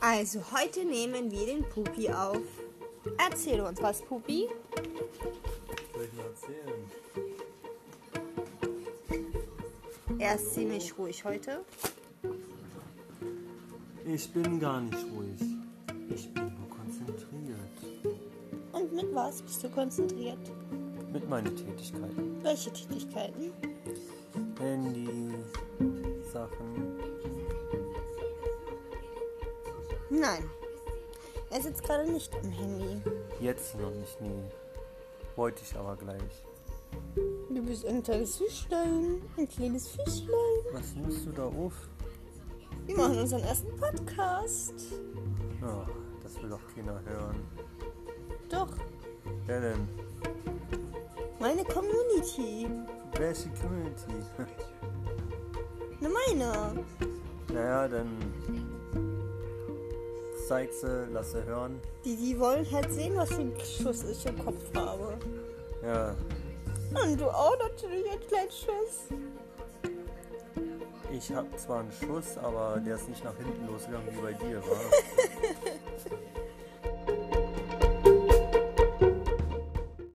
Also, heute nehmen wir den Pupi auf. Erzähl uns was, Pupi. Soll ich mal erzählen? Er ist ziemlich ruhig heute. Ich bin gar nicht ruhig. Ich bin nur konzentriert. Und mit was bist du konzentriert? Mit meinen Tätigkeiten. Welche Tätigkeiten? Handy, Sachen. Nein. Er sitzt gerade nicht am Handy. Jetzt noch nicht, nie. Wollte ich aber gleich. Du bist ein kleines Fischlein. Ein kleines Fischlein. Was nimmst du da auf? Wir machen unseren ersten Podcast. Ach, das will doch keiner hören. Doch, Wer denn? meine Community. Welche Community? Ne, meine. naja, dann zeig sie, lass sie hören. Die, die wollen halt sehen, was für ein Schuss ich im Kopf habe. Ja, Und du auch natürlich einen kleinen Schuss. ich hab zwar einen Schuss, aber der ist nicht nach hinten losgegangen wie bei dir, war.